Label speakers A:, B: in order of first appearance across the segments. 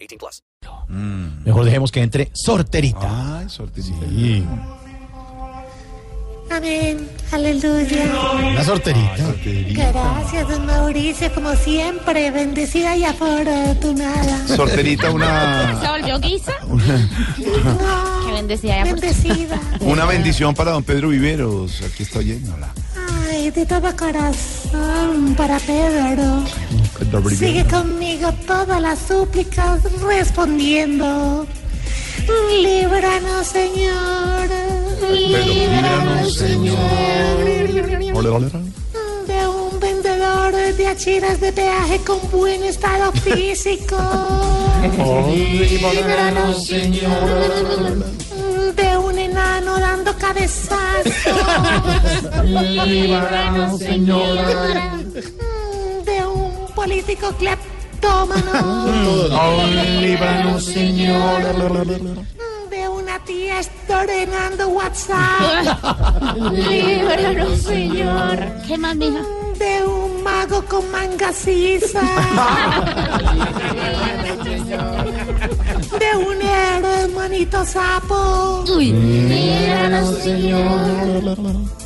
A: 18 plus.
B: Mejor dejemos que entre sorterita.
C: Ay, sorterita.
B: Y
D: Amén, aleluya.
B: la sorterita.
C: Sorterita.
D: Gracias, don Mauricio, como siempre, bendecida y afortunada.
C: Sorterita,
E: ¿Se
C: una,
E: volvió guisa? Qué bendecida. ya por-
D: Bendecida.
C: una bendición para don Pedro Viveros. Aquí está oyéndola.
D: Ay, de todo corazón para Pedro.
C: Pedro
D: Sigue
C: Viveros.
D: conmigo todas las súplicas respondiendo. Líbranos, Señor.
C: líbranos,
D: Señor.
C: Ole, ole, ole.
D: de un vendedor de achiras de peaje con buen estado físico. Líbranos, Señor. De un enano dando cabezazos. Líbranos, Señor. De un político cleptómano.
C: Líbranos, Señor. Ole, ole, ole.
D: De una tía estornando WhatsApp.
E: Líbranos, Señor. ¿Qué más, mija?
D: De un mago con manga sisa. De un hermanito sapo.
E: Uy,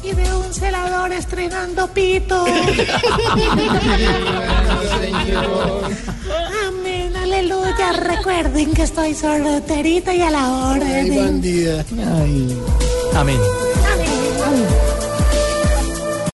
D: Y de un celador estrenando pito. Amén, aleluya. Recuerden que estoy solterita y a la hora de.
B: bandida. Amén.